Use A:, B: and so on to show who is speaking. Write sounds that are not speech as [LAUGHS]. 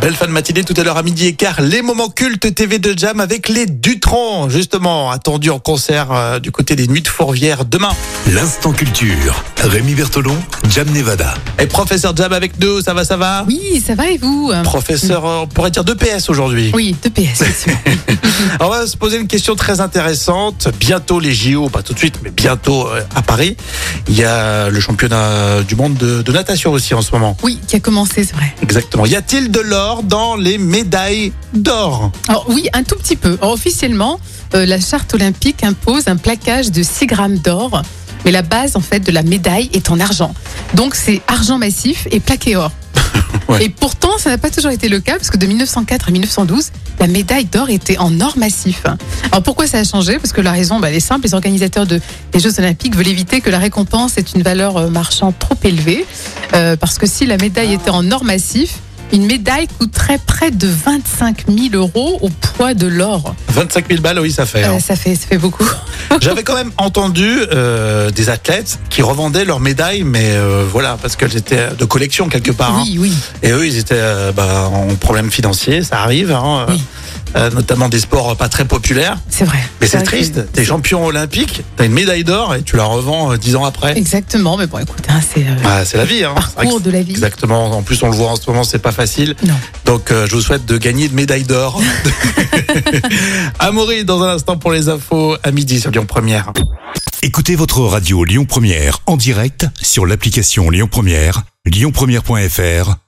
A: Belle fin de matinée tout à l'heure à midi et quart, les moments cultes TV de Jam avec les Dutron, justement, attendus en concert euh, du côté des Nuits de Fourvière demain.
B: L'instant culture. Rémi Bertolon, Jam Nevada.
A: Et professeur Jam avec nous, ça va, ça va
C: Oui, ça va et vous
A: Professeur, euh, on pourrait dire de PS aujourd'hui.
C: Oui, de PS, bien sûr.
A: On va se poser une question très intéressante. Bientôt les JO, pas tout de suite, mais bientôt euh, à Paris. Il y a le championnat du monde de, de natation aussi en ce moment.
C: Oui, qui a commencé, c'est vrai.
A: Exactement. Y a-t-il de l'or dans les médailles d'or
C: Alors oui, un tout petit peu. Alors, officiellement, euh, la charte olympique impose un plaquage de 6 grammes d'or, mais la base en fait de la médaille est en argent. Donc c'est argent massif et plaqué or.
A: Ouais.
C: Et pourtant, ça n'a pas toujours été le cas, parce que de 1904 à 1912, la médaille d'or était en or massif. Alors pourquoi ça a changé Parce que la raison, bah, elle est simple, les organisateurs de, des Jeux olympiques veulent éviter que la récompense ait une valeur euh, marchande trop élevée, euh, parce que si la médaille était en or massif, une médaille coûterait près de 25 000 euros au poids de l'or.
A: 25 000 balles, oui, ça fait. hein.
C: Euh, ça, fait, ça fait beaucoup.
A: J'avais quand même entendu euh, des athlètes qui revendaient leurs médailles, mais euh, voilà, parce qu'elles étaient de collection quelque part. hein.
C: Oui, oui.
A: Et eux, ils étaient euh, bah, en problème financier, ça arrive, hein, euh,
C: Oui.
A: euh, notamment des sports pas très populaires.
C: C'est vrai.
A: Mais c'est
C: vrai que-
A: triste, t'es champion olympique, t'as une médaille d'or et tu la revends euh, dix ans après.
C: Exactement, mais bon, écoute, hein, c'est euh,
A: Bah, c'est la vie. Hein. C'est vrai
C: parcours
A: que-
C: de la vie.
A: Exactement, en plus on le voit en ce moment, c'est pas facile.
C: Non.
A: Donc euh, je vous souhaite de gagner une médaille
C: [LAUGHS]
A: d'or. [LAUGHS] Amaury, dans un instant pour les infos, à midi sur Lyon Première.
B: Écoutez votre radio Lyon Première en direct sur l'application Lyon Première, lyonpremière.fr